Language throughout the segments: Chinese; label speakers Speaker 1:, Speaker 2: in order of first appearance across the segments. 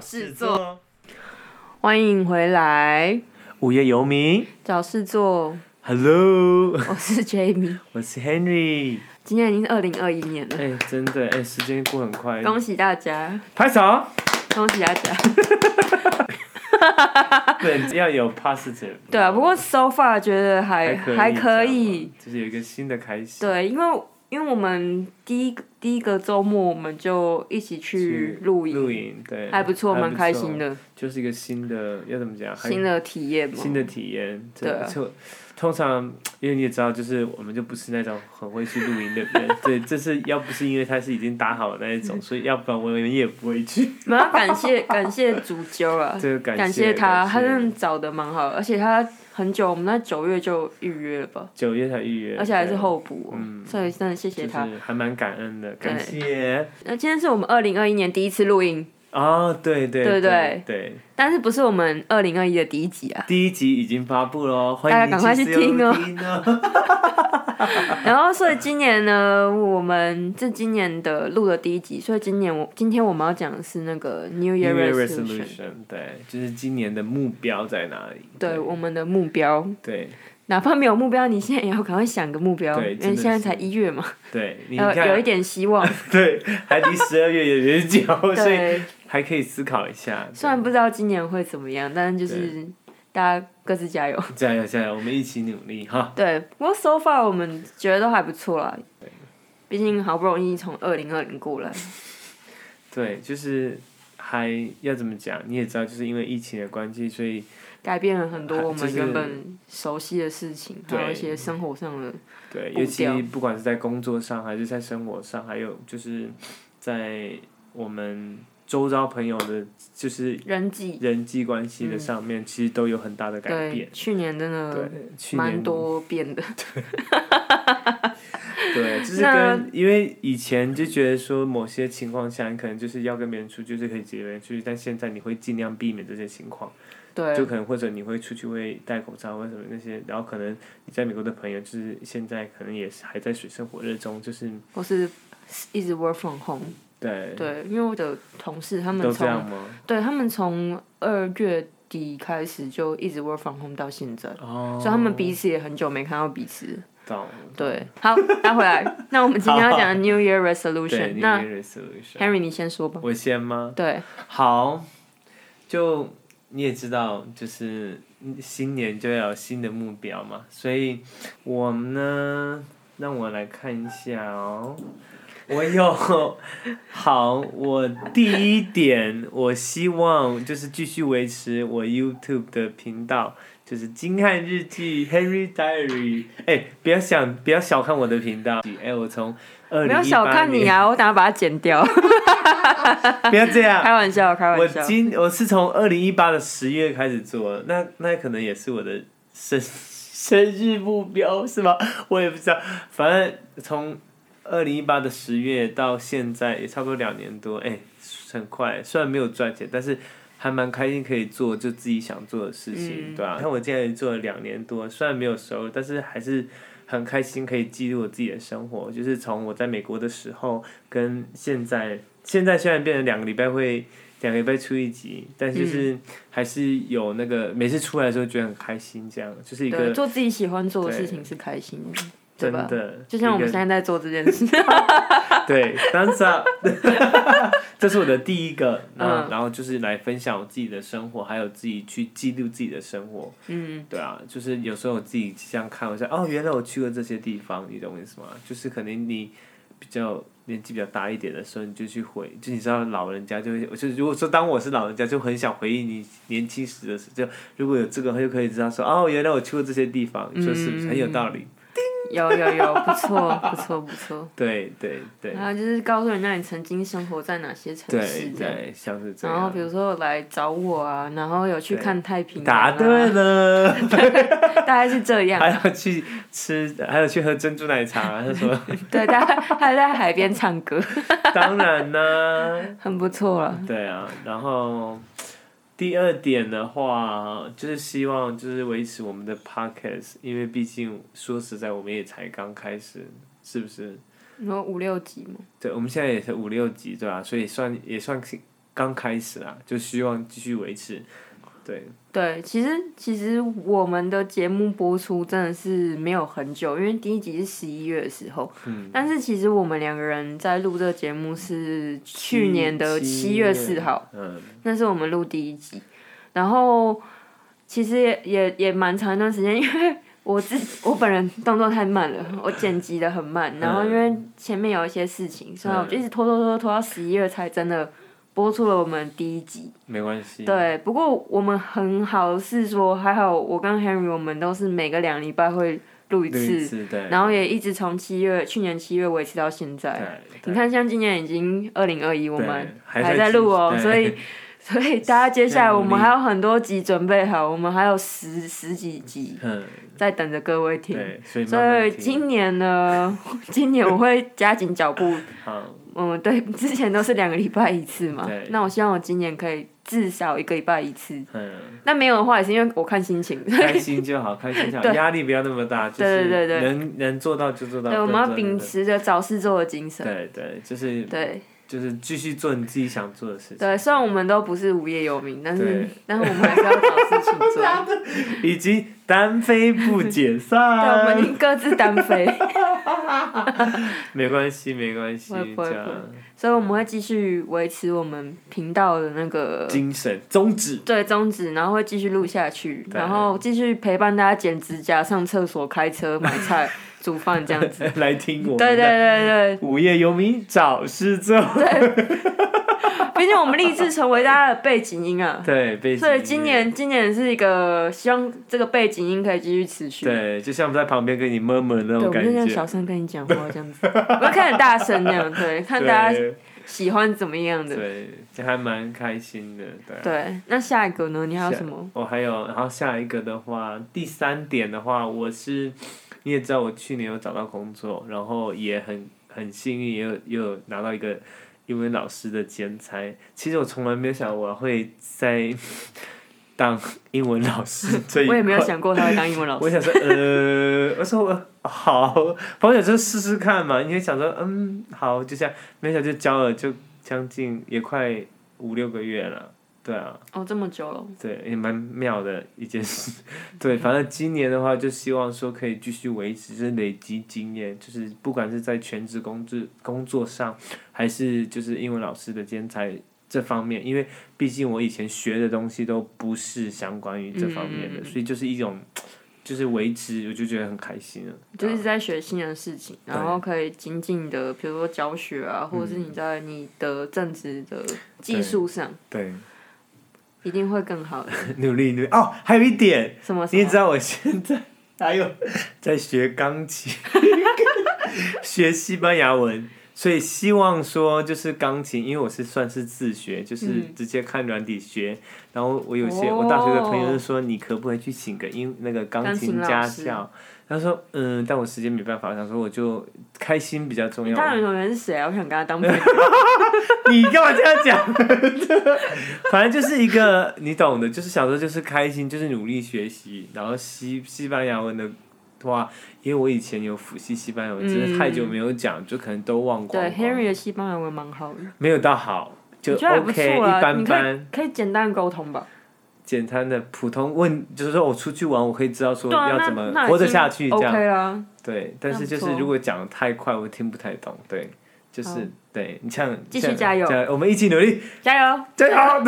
Speaker 1: 事。欢迎回来，
Speaker 2: 午夜游民
Speaker 1: 找事做。
Speaker 2: ，Hello，
Speaker 1: 我是 Jamie，
Speaker 2: 我是 Henry。
Speaker 1: 今天已经是二零二一年了，
Speaker 2: 哎、真的，哎、时间过很快。
Speaker 1: 恭喜大家，
Speaker 2: 拍手。
Speaker 1: 恭喜大家。
Speaker 2: 对，要有 positive。
Speaker 1: 对啊，不过 so far 觉得还
Speaker 2: 还可以，
Speaker 1: 还可
Speaker 2: 这
Speaker 1: 以
Speaker 2: 样。嘛，就是有一个新的开始。
Speaker 1: 对，因为因为我们第一个第一个周末我们就一起去露营，
Speaker 2: 露营，对，
Speaker 1: 还不错，蛮开心
Speaker 2: 的。
Speaker 1: 的，
Speaker 2: 就是一个新的，要怎么讲？还
Speaker 1: 新的体验嘛。
Speaker 2: 新的体验，
Speaker 1: 对啊
Speaker 2: 这就通常，因为你也知道，就是我们就不是那种很会去露营的人，对，这是要不是因为他是已经搭好的那一种，所以要不然我们也不会去。
Speaker 1: 蛮要感 谢感谢足球啊，
Speaker 2: 这个感
Speaker 1: 感
Speaker 2: 谢
Speaker 1: 他，
Speaker 2: 感
Speaker 1: 他真的找的蛮好的，而且他很久，我们在九月就预约了吧，
Speaker 2: 九月才预约，
Speaker 1: 而且还是
Speaker 2: 对
Speaker 1: 候补哦、
Speaker 2: 嗯
Speaker 1: 所以真的谢谢
Speaker 2: 就
Speaker 1: 他。
Speaker 2: 是还蛮感恩的，
Speaker 1: 对
Speaker 2: 感谢。
Speaker 1: 那、今天是我们二零二一年第一次录音，
Speaker 2: 哦，对对
Speaker 1: 对
Speaker 2: 对
Speaker 1: 对
Speaker 2: 对，
Speaker 1: 但是不是我们二零二一的第一集啊？
Speaker 2: 第一集已经发布了，欢迎
Speaker 1: 大家赶快去听哦
Speaker 2: 你去哦。
Speaker 1: 然后所以今年呢，我们这今年的录的第一集，所以今年我今天我们要讲的是那个 New
Speaker 2: New
Speaker 1: Year
Speaker 2: Year
Speaker 1: Resolution，
Speaker 2: Resolution，对，就是今年的目标在哪里？
Speaker 1: 对我们的目标，
Speaker 2: 对
Speaker 1: 哪怕没有目标，你现在也要赶快想个目标，
Speaker 2: 对
Speaker 1: 因
Speaker 2: 真
Speaker 1: 为
Speaker 2: 的
Speaker 1: 现在
Speaker 2: 是
Speaker 1: 才一月嘛，
Speaker 2: 对，你
Speaker 1: 呃，有一
Speaker 2: 看，
Speaker 1: 点希 望。
Speaker 2: 对，还离十二月有点久，所以
Speaker 1: 对，
Speaker 2: 还可以思考一下。
Speaker 1: 虽然不知道今年会怎么样，但是就是大家各自加油。
Speaker 2: 加油加油，我们一起努力哈。
Speaker 1: 对，不过 so far 我们觉得都还不错啦，毕竟好不容易从二零二零过来，
Speaker 2: 对，就是还要怎么讲？你也知道，就是因为疫情的关系，所以
Speaker 1: 改变了很多我
Speaker 2: 啊就
Speaker 1: 们
Speaker 2: 是
Speaker 1: 原本熟悉的事情，
Speaker 2: 对
Speaker 1: 还有一些生活上的。
Speaker 2: 对，
Speaker 1: 步
Speaker 2: 尤其
Speaker 1: 调
Speaker 2: 不管是在工作上，还是在生活上，还有就是在我们周遭朋友的，就是
Speaker 1: 人际。
Speaker 2: 人际关系的上面，其实都有很大的
Speaker 1: 嗯
Speaker 2: 改
Speaker 1: 对
Speaker 2: 变，。
Speaker 1: 去年真的
Speaker 2: 对，去年
Speaker 1: 蛮多变的，
Speaker 2: 对，就是
Speaker 1: 那
Speaker 2: 跟因为以前就觉得说某些情况下，你可能就是要跟别人出去，就是可以直接跟别人出去，但现在你会尽量避免这些情况，就
Speaker 1: 对
Speaker 2: 可能或者你会出去会戴口罩或者什么那些，然后可能你在美国的朋友，就是现在可能也是还在水深火热中，就是
Speaker 1: 我是一直 work from home，
Speaker 2: 对，
Speaker 1: 对，因为我的同事他们
Speaker 2: 都这
Speaker 1: 从
Speaker 2: 样吗？
Speaker 1: 对他们从二月底开始就一直 work from home 到现在，
Speaker 2: 哦，
Speaker 1: 所以他们彼此也很久没看到彼此。
Speaker 2: 懂，
Speaker 1: 对，好，拉回 来。那我们今天要讲的 New Year
Speaker 2: 对
Speaker 1: Resolution，
Speaker 2: ，New
Speaker 1: 那
Speaker 2: Year Resolution，
Speaker 1: Henry 你先说吧。
Speaker 2: 我先吗？
Speaker 1: 对，
Speaker 2: 好，就你也知道，就是新年就要有新的目标嘛，所以我们呢，让我来看一下哦。我有好，我第一点，我希望就是继续维持我 YouTube 的频道，就是《金汉日记》Henry Diary。哎、不要想，不要小看我的频道。哎、我从二
Speaker 1: 没
Speaker 2: 零
Speaker 1: 有
Speaker 2: 一
Speaker 1: 小
Speaker 2: 八
Speaker 1: 看你
Speaker 2: 年，
Speaker 1: 啊，我等下把它剪掉。
Speaker 2: 不要这样，
Speaker 1: 开玩笑，开
Speaker 2: 我
Speaker 1: 玩笑。
Speaker 2: 今我是从二零一八的十月开始做，那那可能也是我的生 生日目标是吗？我也不知道，反正从二零一八的十月到现在也差不多两年多，哎、很快。虽然没有赚钱，但是还蛮开心，可以做就自己想做的事情，
Speaker 1: 嗯
Speaker 2: 对吧、你看我现在做了两年多，虽然没有收入，但是还是很开心，可以记录我自己的生活。就是从我在美国的时候跟现在，现在虽然变成两个礼拜会。两个礼拜出一集，但
Speaker 1: 嗯
Speaker 2: 就是还是有那个、每次出来的时候觉得很开心，这样就是一
Speaker 1: 对，
Speaker 2: 个
Speaker 1: 做自己喜欢做的
Speaker 2: 对
Speaker 1: 事情是开心的，对
Speaker 2: 真
Speaker 1: 吧？
Speaker 2: 的，
Speaker 1: 就像我们
Speaker 2: 一个
Speaker 1: 现在在做这件事，
Speaker 2: 对，thumbs up，这是我的第一个，那、
Speaker 1: 嗯
Speaker 2: 然后就是来分享我自己的生活，还有自己去记录自己的生活，
Speaker 1: 嗯，
Speaker 2: 对啊，就是有时候我自己这样看，我想哦，原来我去过这些地方，你懂我意思吗？就是可能你比较年纪比较大一点的时候，你就去回，就你知道老人家就会，就是如果说当我是老人家，就很想回忆你年轻时的事，就如果有这个，就可以知道说哦，原来我去过这些地方，你说是不是
Speaker 1: 嗯
Speaker 2: 很有道理？
Speaker 1: 有有有，不错不错不错。
Speaker 2: 对对对
Speaker 1: 然后就是告诉人家你曾经生活在哪些城市
Speaker 2: 对
Speaker 1: 这样。
Speaker 2: 对，像是这样。
Speaker 1: 然后比如说有来找我啊，然后有去
Speaker 2: 对
Speaker 1: 看太平洋、
Speaker 2: 答
Speaker 1: 啊，
Speaker 2: 对了，
Speaker 1: 大概是这样。
Speaker 2: 还要去吃，还有去喝珍珠奶茶，啊他说
Speaker 1: 对，大家他在海边唱歌，
Speaker 2: 当然啦、
Speaker 1: 很不错了。
Speaker 2: 对啊，然后第二点的话，就是希望就是维持我们的 podcast，因为毕竟说实在，我们也才刚开始，是不是？
Speaker 1: 你说五六集嘛，
Speaker 2: 对，我们现在也是五六集，对吧、所以算也算刚开始啦，就希望继续维持。对，
Speaker 1: 对，其实其实我们的节目播出真的是没有很久，因为第一集是十一月的时候，
Speaker 2: 嗯，
Speaker 1: 但是其实我们两个人在录这个节目是去年的七月四号，，
Speaker 2: 嗯，
Speaker 1: 那是我们录第一集，然后其实也也也蛮长一段时间，因为我自我本人动作太慢了，我剪辑的很慢，然后因为前面有一些事情，所以我就一直拖拖拖拖到十一月才真的播出了我们第一集。
Speaker 2: 没关系。
Speaker 1: 对，不过我们很好是说，还好我跟 Henry 我们都是每个两礼拜会录一
Speaker 2: 录一
Speaker 1: 次，
Speaker 2: 次，对，
Speaker 1: 然后也一直从七月去年七月维持到现在。
Speaker 2: 对
Speaker 1: 你看，像今年已经二零二一，我
Speaker 2: 对
Speaker 1: 们
Speaker 2: 还
Speaker 1: 还
Speaker 2: 在
Speaker 1: 在
Speaker 2: 继续
Speaker 1: 录哦，
Speaker 2: 对
Speaker 1: 所 以所以大家接下来
Speaker 2: 要努
Speaker 1: 我们
Speaker 2: 力
Speaker 1: 还有很多集准备好，我们还有十十几集
Speaker 2: 嗯，
Speaker 1: 在等着各位听。
Speaker 2: 对，所以慢
Speaker 1: 所
Speaker 2: 慢
Speaker 1: 以
Speaker 2: 听
Speaker 1: 今年呢， 今年我会加紧脚步，
Speaker 2: 好，
Speaker 1: 嗯，对， 之前都是两个礼拜一次嘛
Speaker 2: 对，
Speaker 1: 那我希望我今年可以至少一个礼拜一次。
Speaker 2: 嗯，
Speaker 1: 那没有的话，也是因为我看心情。
Speaker 2: 开心就好，开心就好，压力不要那么大，就
Speaker 1: 对
Speaker 2: 是
Speaker 1: 对对对
Speaker 2: 能能做到就做到，
Speaker 1: 对，我
Speaker 2: 不
Speaker 1: 们
Speaker 2: 能
Speaker 1: 要
Speaker 2: 做到
Speaker 1: 秉
Speaker 2: 就
Speaker 1: 持着找事做的精神。
Speaker 2: 对对，就是
Speaker 1: 对
Speaker 2: 就是继续做你自己想做的事情，
Speaker 1: 对，虽然我们都不是无业游民，但是
Speaker 2: 对
Speaker 1: 但是我们还是要找事情做。对，
Speaker 2: 以及单飞不解
Speaker 1: 我们已
Speaker 2: 散，
Speaker 1: 经各自单飞，
Speaker 2: 没关系没关系
Speaker 1: 不会，不会
Speaker 2: 这样
Speaker 1: 所以我们会继续维持我们频道的那个
Speaker 2: 精神宗旨，
Speaker 1: 对宗旨，然后会继续录下去，
Speaker 2: 对
Speaker 1: 然后继续陪伴大家剪指甲、上厕所、开车、买 菜、煮饭这样子。
Speaker 2: 来听我们
Speaker 1: 对对
Speaker 2: 的
Speaker 1: 对对，
Speaker 2: 午夜游民找事 做，
Speaker 1: 毕竟我们立志成为大家的背景音啊，
Speaker 2: 对，背景
Speaker 1: 所以
Speaker 2: 音
Speaker 1: 今
Speaker 2: 乐
Speaker 1: 年今年是一个希望这个背景音可以继续持续。
Speaker 2: 对，就像在旁边跟你闷闷
Speaker 1: 对，
Speaker 2: 那种
Speaker 1: 我
Speaker 2: 感
Speaker 1: 们就这样
Speaker 2: 觉
Speaker 1: 小。声跟你讲话这样子，我看很大声那样，对，看大家
Speaker 2: 对
Speaker 1: 喜欢怎么样的。
Speaker 2: 对，这还蛮开心的，对啊。
Speaker 1: 对，那下一个呢？你还有什么？
Speaker 2: 我哦还有，然后下一个的话，第三点的话，我是你也知道，我去年有找到工作，然后也很很幸运，也有也有拿到一个英文老师的兼差。其实我从来没有想我会在 当英文老 师这一
Speaker 1: 我
Speaker 2: 块。
Speaker 1: 也没有想过他会当英 文老师。
Speaker 2: 我想说，呃，我说我好，朋友就试试看嘛。因为想说，嗯，好，就这样，没想到就教了，就将近也快五六个月了，对啊，
Speaker 1: 哦，这么久了，
Speaker 2: 对，也蛮妙的一件事。对，反正今年的话，就希望说可以继续维持，就是累积经验，就是不管是在全职工作工作上，还是就是英文老师的兼差这方面，因为毕竟我以前学的东西都不是相关于这方面的，
Speaker 1: 嗯
Speaker 2: 所以就是一种就是维持，我就觉得很开心了。
Speaker 1: 就
Speaker 2: 对
Speaker 1: 一
Speaker 2: 啊
Speaker 1: 直在学新的事情，
Speaker 2: 对嗯
Speaker 1: 然后可以精进的，比如说教学啊，或者是你在你的正职的技术上，
Speaker 2: 对，
Speaker 1: 一定会更好的。
Speaker 2: 努力努力哦，还有一点，
Speaker 1: 什么什
Speaker 2: 你也
Speaker 1: 么？
Speaker 2: 知道我现在还 有在学钢琴， 学西班牙文，所以希望说就是钢琴，因为我是算是自学，就是
Speaker 1: 嗯
Speaker 2: 直接看软底学。然后我有些、
Speaker 1: 哦
Speaker 2: 我大学的朋友就说，你可不可以去请个英那个钢琴
Speaker 1: 钢琴老
Speaker 2: 家
Speaker 1: 师
Speaker 2: 教？他说嗯，但我时间没办法，我想说我就开心比较重
Speaker 1: 你
Speaker 2: 要。
Speaker 1: 大人有人是谁啊？我想跟他当朋友。
Speaker 2: 你干嘛这样讲？反正就是一个你懂的，就是小时候就是开心，就是努力学习。然后西西班牙文的话，因为我以前有复习西班牙文，只是太久没有讲，就可能都忘光
Speaker 1: 对
Speaker 2: 光。
Speaker 1: ，Henry 的西班牙文蛮好的，
Speaker 2: 没有到好，就
Speaker 1: 我觉得还不
Speaker 2: OK
Speaker 1: 错啊。
Speaker 2: 一般
Speaker 1: 你可以
Speaker 2: 般，
Speaker 1: 可以简单沟通吧。
Speaker 2: 简单的普通问，就是说我出去玩，我可以知道说
Speaker 1: 对啊，
Speaker 2: 要
Speaker 1: 那
Speaker 2: 怎么
Speaker 1: 那已
Speaker 2: 活得
Speaker 1: 经
Speaker 2: 下去这样。
Speaker 1: OK 啦，
Speaker 2: 对，但是就
Speaker 1: 那不
Speaker 2: 是
Speaker 1: 错
Speaker 2: 如果讲得太快，我听不太懂。对，就是
Speaker 1: 好
Speaker 2: 对你像
Speaker 1: 继续
Speaker 2: 像
Speaker 1: 加油
Speaker 2: 加油，我们一起努力，
Speaker 1: 加 油！
Speaker 2: 加油！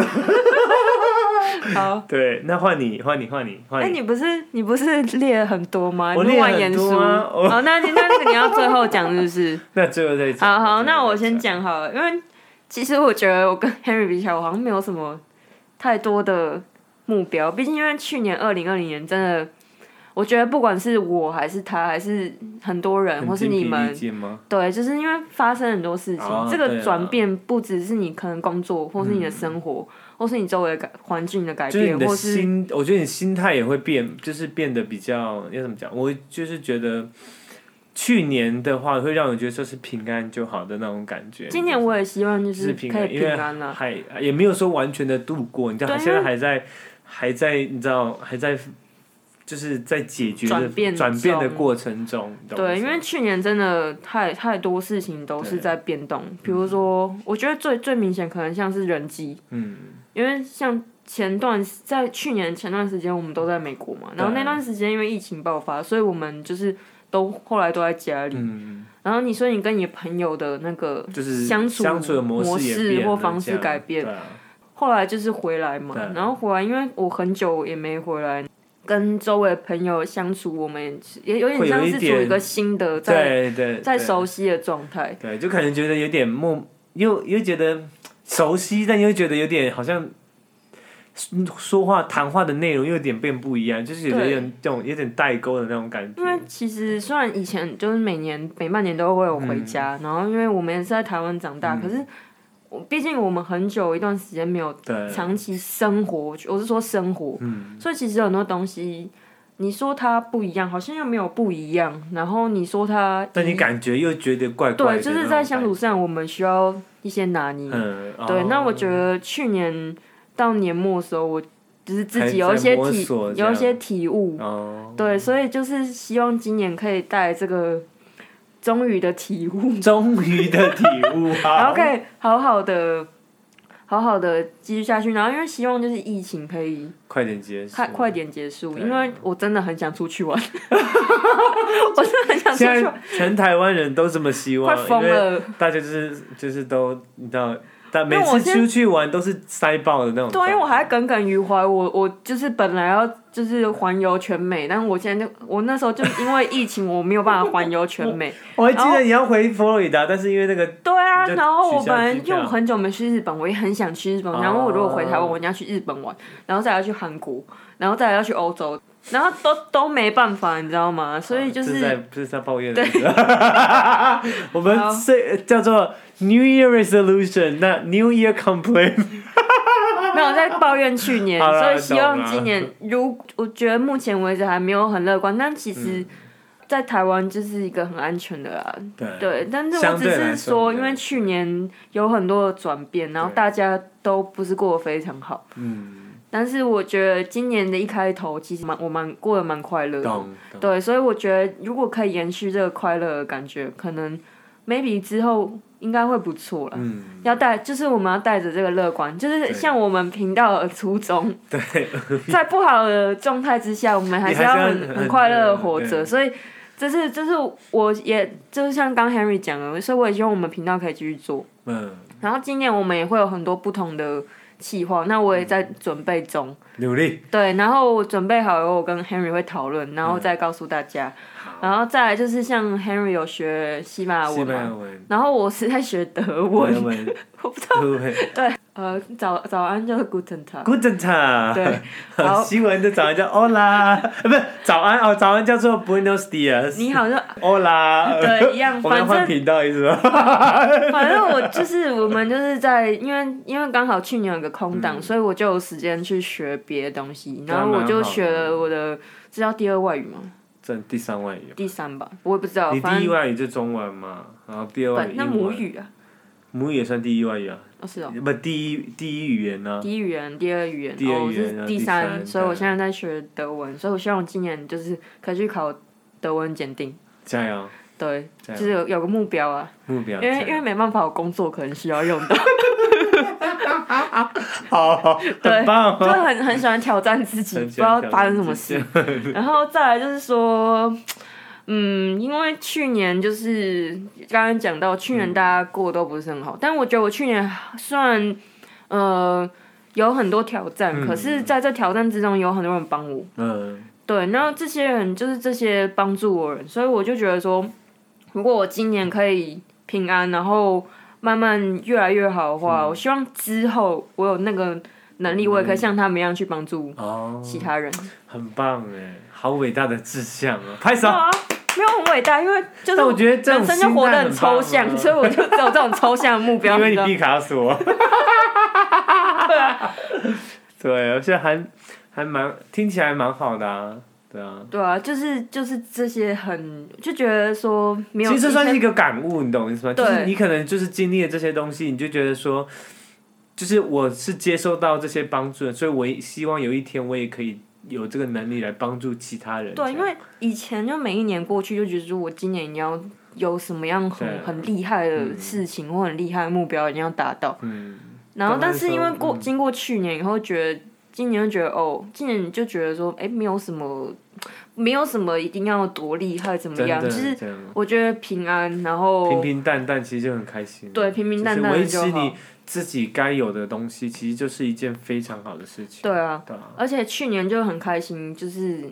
Speaker 1: 好，
Speaker 2: 对，那换你，换你，换你，
Speaker 1: 那
Speaker 2: 换你。
Speaker 1: 你不是你不是列了很多吗？
Speaker 2: 我
Speaker 1: 你
Speaker 2: 列
Speaker 1: 不玩
Speaker 2: 很
Speaker 1: 严
Speaker 2: 多
Speaker 1: 肃。
Speaker 2: 啊我
Speaker 1: 哦，那你那这个你要最后讲是不 是？
Speaker 2: 那最后再讲。
Speaker 1: 好好，
Speaker 2: 最后
Speaker 1: 那我
Speaker 2: 再
Speaker 1: 先。讲好了，因为其实我觉得我跟 Henry 比起来，我好像没有什么太多的目标。毕竟因为去年二零二零年真的，我觉得不管是我还是他，还是很多人，
Speaker 2: 很
Speaker 1: 或是
Speaker 2: 精
Speaker 1: 你
Speaker 2: 疲
Speaker 1: 们
Speaker 2: 力，尽吗？
Speaker 1: 对，就是因为发生很多事情，
Speaker 2: 哦
Speaker 1: 这
Speaker 2: 对
Speaker 1: 个
Speaker 2: 啊
Speaker 1: 转变不只是你可能工作，或是你的生活，或是你周围的改环境的改
Speaker 2: 嗯就是
Speaker 1: 变，
Speaker 2: 你的
Speaker 1: 或是
Speaker 2: 心，我觉得你心态也会变，就是变得比较要怎么讲？我就是觉得去年的话，会让我觉得说是平安就好的那种感觉。
Speaker 1: 今年我也希望就
Speaker 2: 就是
Speaker 1: 是
Speaker 2: 平
Speaker 1: 可以
Speaker 2: 安，啊因为
Speaker 1: 平安了、
Speaker 2: 还也没有说完全的度过，你知道
Speaker 1: 对啊
Speaker 2: 现
Speaker 1: 因
Speaker 2: 在
Speaker 1: 为
Speaker 2: 还在还在，你知道还在就是在解决
Speaker 1: 转
Speaker 2: 的
Speaker 1: 变
Speaker 2: 转变的
Speaker 1: 中
Speaker 2: 过程中，你懂我
Speaker 1: 对，
Speaker 2: 意思
Speaker 1: 因为
Speaker 2: 吗
Speaker 1: 去年真的太太多事情都是
Speaker 2: 对
Speaker 1: 在变动，比如说，我觉得最最明显可能像是人机，
Speaker 2: 嗯，
Speaker 1: 因为像前段在去年前段时间我们都在美国嘛，然后
Speaker 2: 对
Speaker 1: 那段时间因为疫情爆发，所以我们就是都后来都在家里，
Speaker 2: 嗯，
Speaker 1: 然后你说你跟你朋友的那个
Speaker 2: 就是
Speaker 1: 相处
Speaker 2: 处的模
Speaker 1: 模
Speaker 2: 也
Speaker 1: 式
Speaker 2: 变
Speaker 1: 或
Speaker 2: 了
Speaker 1: 方式
Speaker 2: 这样
Speaker 1: 改变
Speaker 2: 对啊
Speaker 1: 后来就是回来嘛
Speaker 2: 对，
Speaker 1: 然后回来，因为我很久也没回来，跟周围朋友相处，我们也有点
Speaker 2: 会有
Speaker 1: 像
Speaker 2: 一
Speaker 1: 是处
Speaker 2: 点
Speaker 1: 于一个新的呃在
Speaker 2: 对对
Speaker 1: 在
Speaker 2: 对
Speaker 1: 熟悉的状态。
Speaker 2: 对，就可能觉得有点陌，又又觉得熟悉，但又觉得有点好像嗯说话谈话的内容又有点变不一样，就是有
Speaker 1: 对
Speaker 2: 点有点这种有点代沟的那种感觉
Speaker 1: 因。为其实虽然以前就是每年每半年都会有回家，
Speaker 2: 嗯
Speaker 1: 然后因为我们也是在台湾长大，可是我毕竟我们很久一段时间没有
Speaker 2: 对，
Speaker 1: 呃长期生活，我是说生活，
Speaker 2: 嗯
Speaker 1: 所以其实有很多东西，你说它不一样，好像又没有不一样，然后你说它
Speaker 2: 但你感觉又觉得怪怪的
Speaker 1: 对，
Speaker 2: 那种
Speaker 1: 就
Speaker 2: 感觉。
Speaker 1: 是在相处上我们需要一些拿捏。
Speaker 2: 嗯，
Speaker 1: 对，
Speaker 2: 哦
Speaker 1: 那我觉得去年到年末的时候，我就是自己有一
Speaker 2: 还在
Speaker 1: 些
Speaker 2: 摸
Speaker 1: 体
Speaker 2: 索这
Speaker 1: 有
Speaker 2: 样
Speaker 1: 一些体悟，
Speaker 2: 哦，
Speaker 1: 对，所以就是希望今年可以带来这个终于的体悟，
Speaker 2: 终于的体悟
Speaker 1: 然后
Speaker 2: 啊，
Speaker 1: 可以好好的、好好的继续下去。然后因为希望就是疫情可以
Speaker 2: 快点结束
Speaker 1: 快。快点结束，
Speaker 2: 对
Speaker 1: 因为我真的很想出去 玩，我真的很想出
Speaker 2: 现
Speaker 1: 去玩，
Speaker 2: 在全台湾人都这么希
Speaker 1: 快
Speaker 2: 望，因
Speaker 1: 疯
Speaker 2: 为
Speaker 1: 了。
Speaker 2: 大家就是就是都你知道，但每
Speaker 1: 因为我
Speaker 2: 次
Speaker 1: 现
Speaker 2: 出去玩都是塞爆的那种状
Speaker 1: 对，
Speaker 2: 态。
Speaker 1: 因为我还耿耿于怀，我我就是本来要就是环游全美，但我现在就我那时候就因为疫情，我没有办法环游全 美。
Speaker 2: 我还记得你要回佛罗里达，但是因为那个
Speaker 1: 对啊，
Speaker 2: 就
Speaker 1: 然后我
Speaker 2: 取消
Speaker 1: 本来
Speaker 2: 机
Speaker 1: 因
Speaker 2: 票
Speaker 1: 为我很久没去日本，我也很想去日本。
Speaker 2: 哦
Speaker 1: 然后我如果回台湾，我一定要去日本玩，然后再来去韩国，然后再来要去欧洲，然后都都没办法，你知道吗？所以就
Speaker 2: 这
Speaker 1: 是
Speaker 2: 啊在这是在抱怨的意思， 我们这叫做 New Year Resolution，那 New Year Complaint，
Speaker 1: 没有在抱怨去年，
Speaker 2: 好啦
Speaker 1: 所以希
Speaker 2: 懂
Speaker 1: 望
Speaker 2: 啦
Speaker 1: 今年如我觉得目前为止还没有很乐观，但其
Speaker 2: 嗯
Speaker 1: 实，在台湾就是一个很安全的啦。
Speaker 2: 对
Speaker 1: 对，但是我
Speaker 2: 相
Speaker 1: 只
Speaker 2: 对来
Speaker 1: 是说，
Speaker 2: 说比较
Speaker 1: 因为去年有很多的转变，然后
Speaker 2: 对
Speaker 1: 大家都不是过得非常好。
Speaker 2: 嗯，
Speaker 1: 但是我觉得今年的一开头，其实蛮我蛮过得蛮快乐的。
Speaker 2: 懂懂，
Speaker 1: 对，所以我觉得如果可以延续这个快乐的感觉，可能 maybe 之后应该会不错了。
Speaker 2: 嗯，
Speaker 1: 要带，就是我们要带着这个乐观，就是像我们频道的初 衷。对，在不好的状态之下，我们还是要
Speaker 2: 你还是要
Speaker 1: 很
Speaker 2: 很
Speaker 1: 很快乐的活
Speaker 2: 对
Speaker 1: 着，所以。这是，这是我也就是像刚 Henry 讲的，所以我也希望我们频道可以继续做。
Speaker 2: 嗯，
Speaker 1: 然后今年我们也会有很多不同的计划，那我也
Speaker 2: 嗯
Speaker 1: 在准备中。
Speaker 2: 努力，
Speaker 1: 对，然后我准备好以后，我跟 Henry 会讨论，然
Speaker 2: 嗯
Speaker 1: 后再告诉大家。然后再来就是像 Henry 有学西班牙
Speaker 2: 西
Speaker 1: 文
Speaker 2: 班
Speaker 1: 嘛，
Speaker 2: 牙文，
Speaker 1: 然后我是在学德文。
Speaker 2: 德文，
Speaker 1: 我不知
Speaker 2: 道，对
Speaker 1: 呃，早早安就是 Guten Tag，
Speaker 2: ，Guten Tag，
Speaker 1: 对，好
Speaker 2: 西文的早安叫 Hola，呃不是早安哦，早安叫做 Buenos dias，Hola，
Speaker 1: 你好就啊对一样，
Speaker 2: 呃我们要
Speaker 1: 反
Speaker 2: 换
Speaker 1: 正
Speaker 2: 频道意思吗？
Speaker 1: 反正我就是我们就是在因为因为刚好去年有个空档，所以我就有时间去学别的东西，
Speaker 2: 那
Speaker 1: 然后我
Speaker 2: 嗯啊蛮
Speaker 1: 就
Speaker 2: 好的
Speaker 1: 学了我的这叫第二外语吗？
Speaker 2: 这第三外语，
Speaker 1: 第三吧，我也不知道，
Speaker 2: 你
Speaker 1: 反
Speaker 2: 第一
Speaker 1: 正
Speaker 2: 外语就中文嘛，然后第二外语
Speaker 1: 本啊那
Speaker 2: 英
Speaker 1: 母
Speaker 2: 文，
Speaker 1: 语啊，
Speaker 2: 母语也算第一外语啊。
Speaker 1: 哦是哦。
Speaker 2: 不第一第一语言呢、
Speaker 1: 第一语言、第二语言，
Speaker 2: 啊第二
Speaker 1: 哦，我
Speaker 2: 语言
Speaker 1: 是
Speaker 2: 啊
Speaker 1: 第
Speaker 2: 第
Speaker 1: 三，
Speaker 2: 三
Speaker 1: 所以我
Speaker 2: 对
Speaker 1: 现在在学德文，所以我希望我今年就是可以去考德文检定，
Speaker 2: 加油，
Speaker 1: 对，
Speaker 2: 加
Speaker 1: 就
Speaker 2: 油
Speaker 1: 是有有个目标啊，
Speaker 2: 目标。
Speaker 1: 因为
Speaker 2: 加油
Speaker 1: 因为没办法，我工作可能需要用到，
Speaker 2: 好，
Speaker 1: 对
Speaker 2: 很棒哦
Speaker 1: 就。很很喜欢挑战自己，不
Speaker 2: 很
Speaker 1: 知
Speaker 2: 喜欢
Speaker 1: 道发生什么事。然后再来就是说，嗯，因为去年就是刚刚讲到，去年大家过得都不是很
Speaker 2: 嗯
Speaker 1: 好，但我觉得我去年虽然呃有很多挑战，
Speaker 2: 嗯
Speaker 1: 可是在这挑战之中有很多人帮我。
Speaker 2: 嗯，
Speaker 1: 对，那这些人就是这些帮助我的人，所以我就觉得说，如果我今年可以平安，然后慢慢越来越好的话，
Speaker 2: 嗯
Speaker 1: 我希望之后我有那个能力，我也可以像他们一样去帮助
Speaker 2: 哦，
Speaker 1: 其他人。
Speaker 2: 很棒哎，好伟大的志向啊！拍
Speaker 1: 对
Speaker 2: 手。
Speaker 1: 啊，没有很伟大，因为就
Speaker 2: 但我
Speaker 1: 是
Speaker 2: 觉得这种
Speaker 1: 人生就活得很抽
Speaker 2: 心态
Speaker 1: 象，
Speaker 2: 很棒啊
Speaker 1: 所以我就只有这种抽象的目标。啊
Speaker 2: 因为
Speaker 1: 你知
Speaker 2: 你
Speaker 1: 道
Speaker 2: 毕 卡索。
Speaker 1: 啊
Speaker 2: 对，而且还还蛮听起来蛮好的啊，对啊。
Speaker 1: 对啊，就是就是这些很就觉得说没有
Speaker 2: 其
Speaker 1: 以
Speaker 2: 实这
Speaker 1: 前，
Speaker 2: 算是一个感悟，你懂我意思吗？就是
Speaker 1: 对
Speaker 2: 你可能就是经历了这些东西，你就觉得说，就是我是接受到这些帮助的，所以我也希望有一天我也可以有这个能力来帮助其他人这样。
Speaker 1: 对，因为以前就每一年过去就觉得说我今年一定要有什么样很
Speaker 2: 对
Speaker 1: 很厉害的事情或很厉害的目标一定要达到。
Speaker 2: 嗯，
Speaker 1: 然后，
Speaker 2: 刚
Speaker 1: 但
Speaker 2: 开
Speaker 1: 是
Speaker 2: 始
Speaker 1: 因为过、
Speaker 2: 嗯
Speaker 1: 经过去年以后，觉得今年就觉得哦，今年就觉得说，哎，没有什么，没有什么一定要多厉害怎么
Speaker 2: 真
Speaker 1: 样，
Speaker 2: 的
Speaker 1: 就是
Speaker 2: 这样，
Speaker 1: 我觉得平安，然后
Speaker 2: 平平淡淡其实就很开心。
Speaker 1: 对平平淡淡的
Speaker 2: 就是
Speaker 1: 就
Speaker 2: 维持
Speaker 1: 好
Speaker 2: 你。自己该有的东西，其实就是一件非常好的事情。
Speaker 1: 对啊，
Speaker 2: 对啊，
Speaker 1: 而且去年就很开心，就是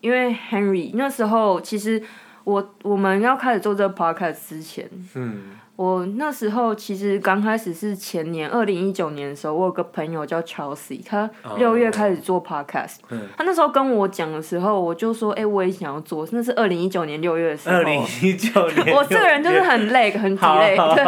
Speaker 1: 因为 Henry 那时候，其实我我们要开始做这个 podcast 之前，
Speaker 2: 嗯，
Speaker 1: 我那时候其实刚开始是前年二零一九年的时候，我有个朋友叫 Chelsea，他
Speaker 2: 哦
Speaker 1: 六月开始做 podcast，、
Speaker 2: 嗯
Speaker 1: 他那时候跟我讲的时候，我就说，哎、我也想要做，那是二零一九年六月的时候。
Speaker 2: 二零一九 年，
Speaker 1: 我这个人就是很累，很疲
Speaker 2: 好
Speaker 1: 累，
Speaker 2: 好
Speaker 1: 对。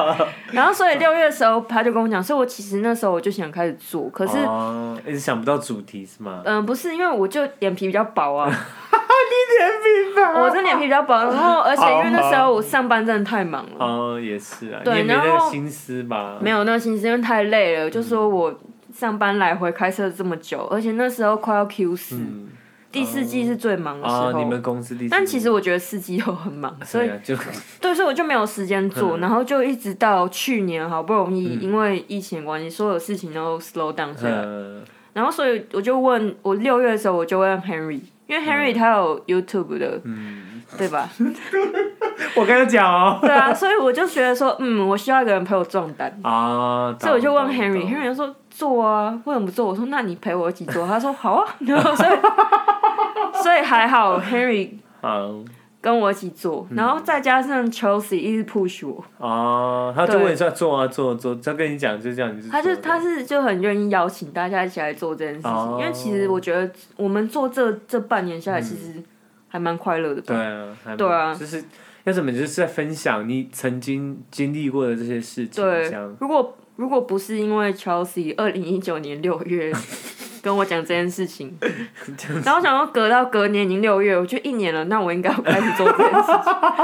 Speaker 1: 然后所以六月的时候，他就跟我讲，所以我其实那时候我就想开始做，可是
Speaker 2: 哦，一直想不到主题是吗？
Speaker 1: 嗯，不是，因为我就脸皮比较薄 啊。你脸皮薄？我这脸皮比较薄，然 后而且因为那时候我上班真的太忙了，
Speaker 2: 哦，也是啊，你
Speaker 1: 对
Speaker 2: 也没那
Speaker 1: 然后
Speaker 2: 个心思吧？
Speaker 1: 没有那个心思，因为太累了，就
Speaker 2: 嗯
Speaker 1: 说我上班来回开车这么久，而且那时候快要 Q 四、
Speaker 2: 嗯，
Speaker 1: 第四季是最忙的时
Speaker 2: 啊，
Speaker 1: 候。
Speaker 2: 你们公司第，
Speaker 1: 但其实我觉得四季都很忙，所以
Speaker 2: 对 啊嗯就
Speaker 1: 对，所以我就没有时间做，然后就一直到去年好不容
Speaker 2: 嗯
Speaker 1: 易，因为疫情的关系，所有事情都 slow down 下来，
Speaker 2: 呃，
Speaker 1: 然后所以我就问我六月的时候，我就问 Henry，因为 Henry
Speaker 2: 嗯
Speaker 1: 他有 YouTube 的，对吧？
Speaker 2: 我跟他讲哦，
Speaker 1: 对 啊，所以我就觉得说，嗯，我需要一个人陪我撞单，
Speaker 2: 啊，
Speaker 1: 所以我就问
Speaker 2: 懂
Speaker 1: Henry，Henry 就
Speaker 2: 懂
Speaker 1: 说做啊，为什么不做？我说那你陪我一起做，他说好啊， 然后所以所以还好 Henry
Speaker 2: 好
Speaker 1: 跟我一起做，
Speaker 2: 嗯
Speaker 1: 然后再加上 Chelsea 一直 push 我，
Speaker 2: 哦，他就
Speaker 1: 对
Speaker 2: 问你说做啊做啊做，他跟你讲就这样，你
Speaker 1: 他
Speaker 2: 做
Speaker 1: 就
Speaker 2: 的
Speaker 1: 他是就很愿意邀请大家一起来做这件事情，
Speaker 2: 哦嗯
Speaker 1: 因为其实我觉得我们做这这半年下来，其实还蛮快乐的吧
Speaker 2: 对。啊，还
Speaker 1: 对啊
Speaker 2: 就是要怎么就是在分享你曾经经历过的这些事情，
Speaker 1: 对
Speaker 2: 这样，
Speaker 1: 如果如果不是因为 Chelsea 二零一九年六 月跟我讲这件事情，然后我想要隔到隔年已经六月，我就一年了，那我应该要开始做这件事情。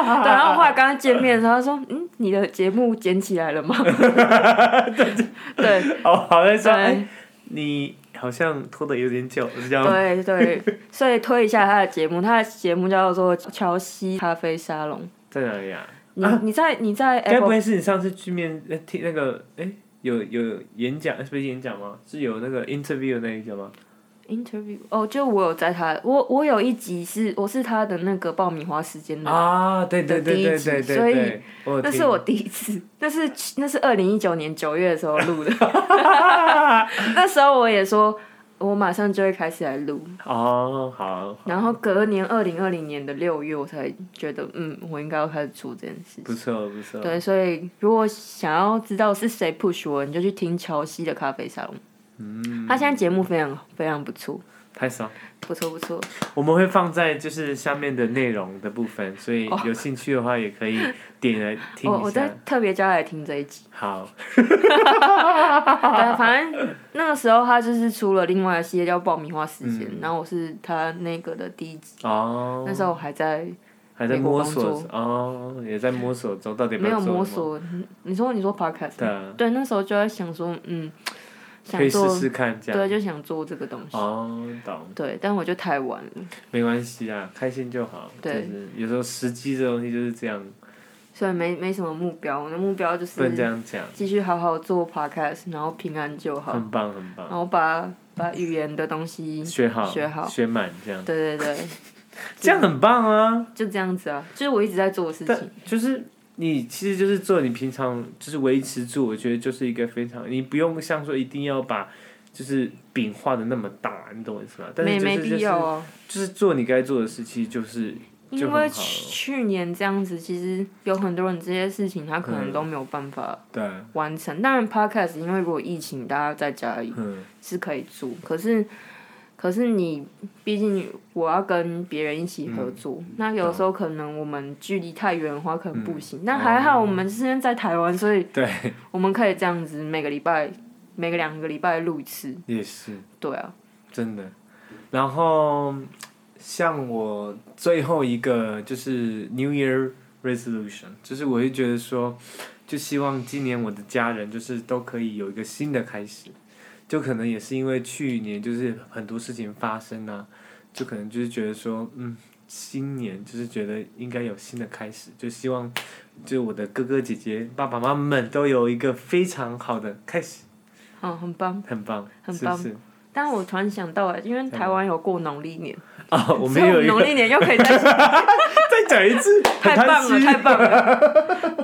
Speaker 1: 对，然后后来刚刚见面的时候，他说：“嗯，你的节目捡起来了吗？” 对
Speaker 2: 哦，好在说，哎
Speaker 1: 对，
Speaker 2: 你好像拖的有点久，是这样吗，
Speaker 1: 对对，所以推一下他的节目，他的节目叫做乔西咖啡沙龙。
Speaker 2: 在哪里啊？
Speaker 1: 你你在你在
Speaker 2: 该不
Speaker 1: Apple
Speaker 2: 会是你上次去面呃听那个哎、有有演讲是不是演讲吗？是有那个 interview 那一个吗？
Speaker 1: Interview 哦，就我有在他，我我有一集是我是他的那个爆米花时间的
Speaker 2: 啊，对对对对对对
Speaker 1: 所以
Speaker 2: 对，我有
Speaker 1: 那是
Speaker 2: 听
Speaker 1: 我第一次，那是那是二零一九年九月的时候录的， 那时候我也说，我马上就会开始来录，
Speaker 2: 哦好，
Speaker 1: 然后隔年二零二零年的六月，我才觉得，嗯，我应该要开始做这件事。
Speaker 2: 不错不错，
Speaker 1: 对，所以如果想要知道是谁 push 我，你就去听乔西的咖啡沙龙，
Speaker 2: 嗯，
Speaker 1: 他现在节目非常非常不错，
Speaker 2: 太爽。
Speaker 1: 不错不错。
Speaker 2: 我们会放在就是下面的内容的部分，所以有兴趣的话也可以点来听
Speaker 1: 我哦
Speaker 2: 一
Speaker 1: 我
Speaker 2: 下。
Speaker 1: 再特别叫他来听这一集。
Speaker 2: 好，
Speaker 1: 对，反正那个时候他就是出了另外一系列叫《爆米花时
Speaker 2: 嗯
Speaker 1: 间》然后我是他那个的第一集，
Speaker 2: 哦，
Speaker 1: 那时候我还在
Speaker 2: 还在
Speaker 1: 美国
Speaker 2: 摸
Speaker 1: 工
Speaker 2: 索哦，也在摸索中到底要不
Speaker 1: 没
Speaker 2: 要
Speaker 1: 有
Speaker 2: 做
Speaker 1: 摸
Speaker 2: 了吗，
Speaker 1: 索。你你说你说 podcast，
Speaker 2: 对啊
Speaker 1: 对，那时候就在想说，嗯，
Speaker 2: 可
Speaker 1: 想
Speaker 2: 以试
Speaker 1: 做，
Speaker 2: 试看这样。
Speaker 1: 对，就想做这个东西，
Speaker 2: 哦，懂。
Speaker 1: 对，但我就太晚了，
Speaker 2: 没关系啊，开心就好。
Speaker 1: 对
Speaker 2: 就是有时候时机这东西就是这样，
Speaker 1: 所以没没什么目标，我的目标就
Speaker 2: 不能这
Speaker 1: 是
Speaker 2: 样讲，
Speaker 1: 继续好好做 podcast，然后平安就好，
Speaker 2: 很棒很
Speaker 1: 然
Speaker 2: 棒，
Speaker 1: 后把把语言的东西，
Speaker 2: 学好
Speaker 1: 学好
Speaker 2: 学满这样，
Speaker 1: 对对对，
Speaker 2: 这样很棒啊！
Speaker 1: 就这样子啊，就是我一直在做的事情。
Speaker 2: 但就是你其实就是做你平常就是维持住，我觉得就是一个非常，你不用像说一定要把就是饼画的那么大，你懂我意思吗？但是
Speaker 1: 没
Speaker 2: 就是
Speaker 1: 没
Speaker 2: 就
Speaker 1: 必
Speaker 2: 是
Speaker 1: 要啊，
Speaker 2: 就是做你该做的事，其实就是就
Speaker 1: 因
Speaker 2: 很
Speaker 1: 为
Speaker 2: 好
Speaker 1: 去
Speaker 2: 了。
Speaker 1: 去年这样子，其实有很多人这些事情他可能
Speaker 2: 嗯
Speaker 1: 都没有办法
Speaker 2: 对，
Speaker 1: 完成。当然，podcast 因为如果疫情大家在家里
Speaker 2: 嗯，
Speaker 1: 是可以做，可是可是你毕竟我要跟别人一起合
Speaker 2: 嗯
Speaker 1: 作，那有时候可能我们距离太远的话可能不行。但还好我们现在在台湾，所以
Speaker 2: 嗯哦对，
Speaker 1: 我们可以这样子每个礼拜每个两个礼拜录一次。
Speaker 2: 也是。
Speaker 1: 对啊，
Speaker 2: 真的。然后像我最后一个就是 New Year Resolution，就是我会觉得说，就希望今年我的家人就是都可以有一个新的开始。就可能也是因为去年就是很多事情发生啊，就可能就是觉得说，嗯，新年就是觉得应该有新的开始，就希望，就我的哥哥姐姐、爸爸妈妈们都有一个非常好的开始，
Speaker 1: 嗯，很棒。
Speaker 2: 很棒，
Speaker 1: 很
Speaker 2: 是不
Speaker 1: 棒
Speaker 2: 是？
Speaker 1: 但我突然想到，因为台湾有过农历年，
Speaker 2: 啊、我
Speaker 1: 所
Speaker 2: 们
Speaker 1: 以我们
Speaker 2: 有一
Speaker 1: 农
Speaker 2: 个，
Speaker 1: 历年又可以再
Speaker 2: 再讲一次，很
Speaker 1: 太棒了，
Speaker 2: 贪
Speaker 1: 太棒了。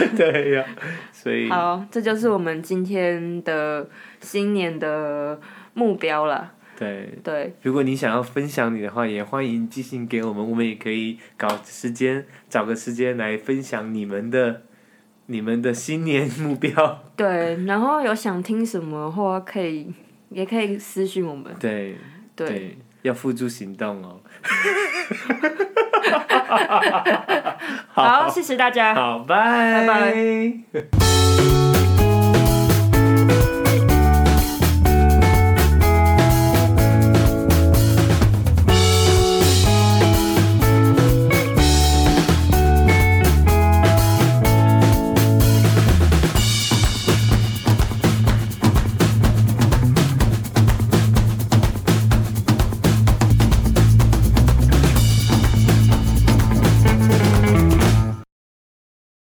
Speaker 2: 心 对呀、所以
Speaker 1: 好，这就是我们今天的新年的目标了。
Speaker 2: 对。
Speaker 1: 对，
Speaker 2: 如果你想要分享你的话，也欢迎寄信给我们，我们也可以搞时间，找个时间来分享你们的、你们的新年目标。
Speaker 1: 对，然后有想听什么话，可以也可以私信我们。
Speaker 2: 对
Speaker 1: 对，
Speaker 2: 要付诸行动哦。
Speaker 1: 好，谢谢大家。
Speaker 2: 好，拜
Speaker 1: 拜
Speaker 2: 拜。